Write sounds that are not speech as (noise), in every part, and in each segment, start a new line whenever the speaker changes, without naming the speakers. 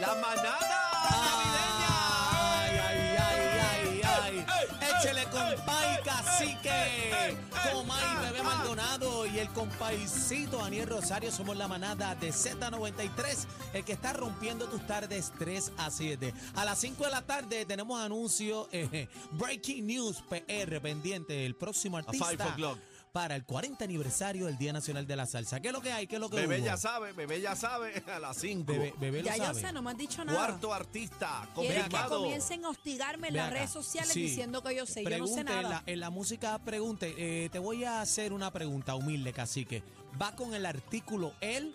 la manada
Ay,
navideña.
ay, ay, ay, ay.
Ey, ey,
Échele,
ey,
compay
ey, ey, ey,
cacique.
ey, ah,
Comay Bebé
ah.
Maldonado y el compaycito Daniel Rosario somos la manada de Z93, el que está rompiendo tus tardes 3 a 7. A las 5 de la tarde tenemos anuncio eh, Breaking News PR pendiente. El próximo
five
artista
o'clock.
para el 40 aniversario del Día Nacional de la Salsa. ¿Qué es lo que hay? ¿Qué es lo que
Bebé
hubo?
ya sabe, bebé ya sabe, a las 5.
Bebé, bebé lo
Ya yo
sabe.
sé, no me han dicho nada.
Cuarto artista,
Quieren que
confirmado.
comiencen a hostigarme en
Ve
las
acá.
redes sociales
Sí.
diciendo que yo sé. Yo no sé
Pregunte, En
nada.
la, en la música pregunte, eh, te voy a hacer una pregunta humilde, cacique. ¿Va con el artículo él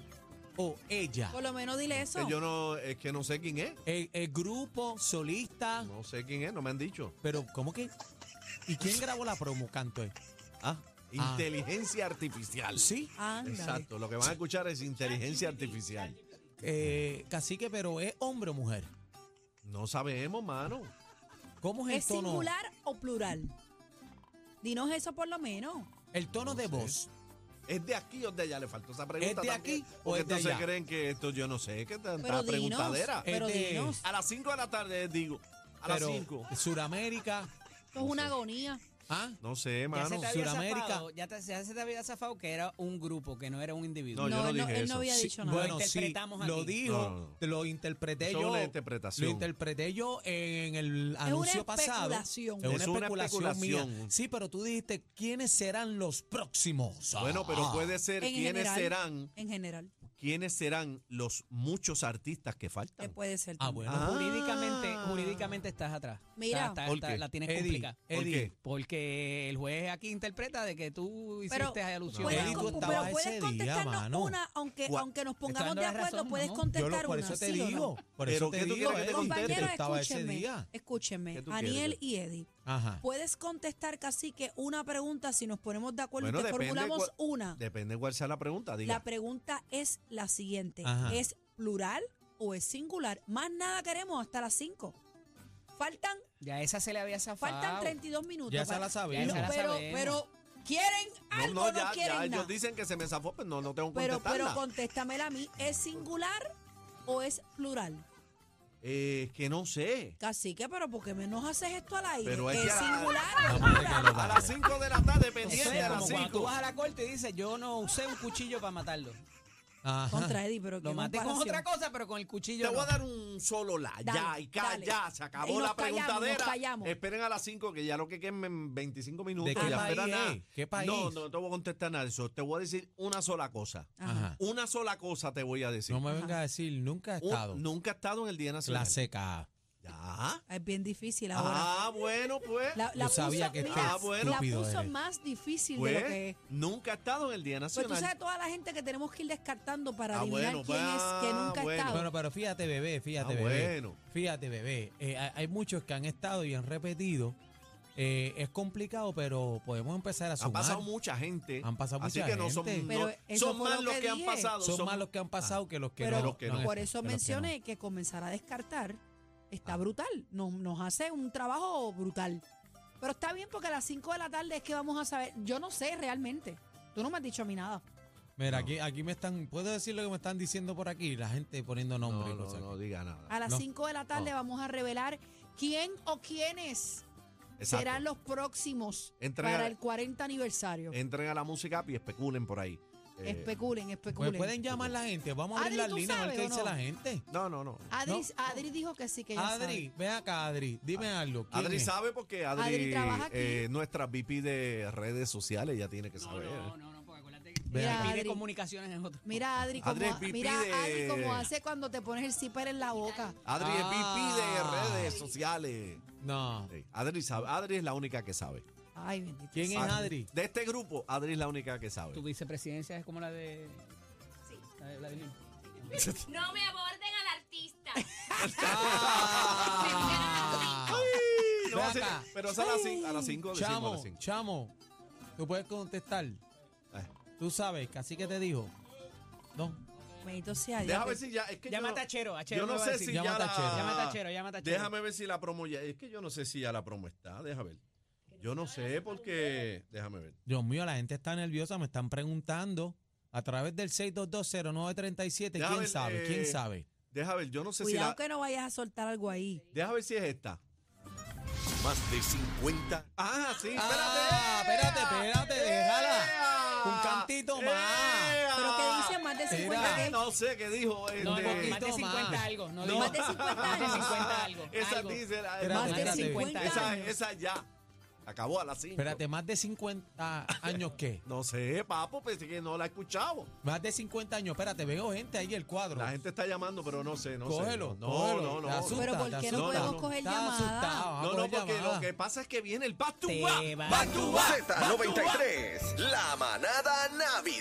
o ella?
Por lo menos dile eso.
Que yo no, es que no sé quién es.
El, el grupo, solista,
No sé quién es, no me han dicho.
pero ¿cómo que? ¿Y quién grabó la promo, canto? eh?
Ah,
Ah.
inteligencia artificial.
Sí,
Ándale.
Exacto, lo que van a escuchar es inteligencia artificial.
eh, cacique, pero ¿es hombre o mujer?
No sabemos, mano.
¿Cómo es el
¿Es
tono?
singular o plural? Dinos eso por lo menos.
El tono
No
de
sé.
voz.
¿Es de aquí o es de allá? Le faltó esa pregunta.
¿Es de
también,
aquí o
Porque
es de
entonces
allá?
creen que esto yo no sé, que
Pero
tanta
dinos.
preguntadera.
Pero
Es de-
dinos. Esto
A las 5 de la tarde les digo. A las
pero
5.
Suramérica,
es una agonía.
¿ah?
No sé,
Ya se
mano.
te había
Suramérica.
zafado, ya, te, ya se te había zafado que era un grupo, que no era un
No,
individuo.
yo
él,
no dije
él
eso.
no había
Sí,
dicho nada.
Bueno,
Lo
sí,
interpretamos
lo
aquí.
dijo,
No, no,
lo interpreté
Eso es
yo.
una interpretación.
Lo interpreté yo en el anuncio pasado.
especulación.
Es una
Es una
especulación,
especulación.
mía. Sí, pero tú dijiste quiénes serán los próximos.
Bueno, pero
Ah.
puede ser
En
quiénes
general.
serán,
En general,
quiénes serán los muchos artistas que
que
faltan.
puede ser.
Ah,
también.
bueno.
Ah.
Jurídicamente, jurídicamente estás atrás.
Mira.
Estás- estás-
¿Por
estás-
qué?
la tienes
Eddie,
complicada.
¿Por
Eddie,
qué?
Porque el juez aquí interpreta de que tú hiciste
Pero
alusión
puedes,
a
Eddie, tú
compu-
un-
estabas
pero puedes
ese día,
contestarnos
mano.
una, aunque,
Gua-
aunque nos
Está
pongamos
dando
de
la
acuerdo,
razón,
puedes
mamón.
Yo
contestar
lo- por
una.
eso te
¿sí o no?
digo. Por
Pero
eso
¿qué
te
tú
digo,
quieres que te
Eddie,
conteste?
yo
Compañeros,
estaba ese
escúchenme,
día.
¿Qué
escúchenme,
tú
Aniel
quieres?
y Eddie,
Ajá.
puedes contestar casi que una pregunta si nos ponemos de acuerdo
Bueno,
y te
depende
formulamos
cuál-
una.
Depende cuál sea la pregunta. Diga.
La pregunta es la siguiente,
Ajá.
¿es plural o es singular? Más nada queremos hasta las 5. Faltan
Ya esa se le había zafado.
faltan 32 minutos.
Ya se
para-
la sabía.
Ya se
No,
la
pero
sabemos.
pero quieren algo no,
ya,
quieren
ya, ellos
nada.
dicen que se me zafó, pero no, no tengo que
Pero
contestarla.
pero contéstamela a mí, ¿es singular o es plural?
Eh, que no sé.
Cacique, pero ¿por qué me nos haces esto al aire?
Pero es que
¿Es
a-
(laughs)
Ah,
singular o
Vamos a ver
plural?
qué nos da.
A las 5 de la tarde,
Eso
pendiente
es
a
como
las
cuando tú
5.
vas a la corte y dices, yo no usé un cuchillo para matarlo.
Ajá.
Contra Eddie, pero
Lo
qué
maté con
comparación.
otra cosa, pero con el
Te
cuchillo
voy
no.
a dar un solo la, ya,
Dale,
y ca-
dale.
ya, se
Y
acabó
nos
la
callamos, nos
preguntadera.
callamos.
Esperen a las 5, que ya lo que queden en 25 minutos.
¿De
ya
qué país
espera
es?
nada.
¿Qué país?
No, no te voy a contestar nada de eso. Te voy a decir una sola cosa.
Ajá.
Una sola cosa te voy a decir.
No me
Ajá.
vengas a decir, nunca he
Un-
estado.
nunca he estado en el Día Nacional.
La seca.
Ya.
Es bien difícil ahora.
Ah, bueno, pues.
la, la
Yo sabía
puso,
que este
mira,
estaba bueno.
la
Estúpido
puso
eres.
más difícil de lo que
pues
es.
nunca he estado en el Día
Pues tú
Nacional.
sabes toda la gente que tenemos que ir descartando para
Ah,
adivinar
bueno,
quién
pues,
es que nunca
bueno.
ha estado.
Bueno, pero fíjate, bebé, fíjate,
Ah,
bebé.
bueno.
Fíjate, bebé. eh, hay- hay muchos que han estado y han repetido. Eh, es complicado, pero podemos empezar a
Han
sumar.
pasado mucha gente.
Han pasado
Así
mucha
que no son,
gente.
no-
Pero eso
son
fue
más
lo
los
que
que han
dije.
pasado.
son, más los que han pasado que los que
Pero
no.
Ah,
Ah.
los que no.
por eso
de los que
mencioné que, comenzar a descartar está brutal. Nos, nos hace un trabajo brutal. Pero está bien porque a las 5 de la tarde es que vamos a saber. Yo no sé realmente. Tú no me has dicho a mí nada.
no. Mira,
No.
aquí, aquí me están. ¿Puedo decir lo que me están diciendo por aquí? La gente poniendo
No,
nombre y
no,
cosas.
no diga nada.
A las
No.
5 de la tarde
No.
vamos a revelar quién o quiénes
Exacto.
serán los próximos
Entrega-
para el 40 aniversario.
Eh,
Entren a la música app y especulen por ahí. Eh,
especulen,
Pues
especulen.
pueden llamar la gente. Vamos a abrir
Adri,
las
¿tú
líneas a ver
sabes
qué
o
dice
no?
la gente.
No, no, no.
Adri,
No.
Adri dijo que sí, que ya
Adri, ven acá, Adri. Dime algo. ¿quién
Ah. Adri
es?
sabe porque Adri,
Adri trabaja aquí.
eh, nuestra VP de redes sociales, ya tiene que
No,
saber.
no, no, no, porque acuérdate que
Ven
Mira,
acá.
pide
Adri.
comunicaciones en otro.
Mira Adri, como,
Adri es pipí
mira,
de-
Adri como hace cuando te pones el zipper en la boca.
Adri
Ah.
es VP de redes sociales. (laughs)
No.
Sí, Adri sabe, Adri es la única que sabe.
Ay, bendito.
¿Quién es
sea.
Adri?
De este grupo, Adri es la única que
Tu
sabe.
vicepresidencia es como la de. La de Vladimir.
No me aborden al artista.
(laughs) Ah.
Ay, no,
Ve
así-
acá.
pero es a las cin- a las 5 de
Chamo,
5
chamo, tú puedes contestar.
Eh.
Tú sabes, casi que te dijo. No.
Bendito sea Dios.
Déjame ver si ya. Es que yo
Llama a
no,
Tachero. a Chero
yo
le
no
voy a
sé
decir.
si
Llama
ya
a Tachero.
la.
Llama a Tachero, llama a Tachero.
Déjame ver si la promo ya. Es que yo no sé si ya la promo está. Déjame ver. Yo no sé porque. Déjame ver.
Dios mío, la gente está nerviosa, me están preguntando a través del 6220937.
Déjame
¿Quién
ver,
sabe?
eh,
¿Quién sabe?
Deja ver, yo no sé
Cuidado
si la-
que no vayas a soltar algo ahí.
Deja ver si es esta.
Más de 50.
Ah, sí, espérate.
Ah, espérate, espérate, déjala. Un cantito más.
¡Ea!
Pero que dice más de 50
Eh,
que-
No sé qué dijo. este, (laughs)
No, no, más
poquito
de
más.
50 algo. No,
No.
digo-
Más de 50
Más de
años.
50 algo.
Esa
algo.
dice la-
Espérate,
Más de
espérate.
50
Esa,
años.
esa ya. Acabó a las 5.
Espérate, más de 50 años qué?
No sé, papo, pensé que no la escuchamos.
Más de 50 años, espérate, veo gente ahí el cuadro.
La gente está llamando, pero no sé, no
cógelo,
sé. No,
cógelo.
no, no.
Te asusta,
Pero ¿por
te
qué no
asusta.
podemos
coger
Está
llamada?
asustado, vamos a
No, no,
coger
porque
llamada.
lo que pasa es que viene el
Te
Batuba.
va.
Batuba.
Z93, la manada Navidad.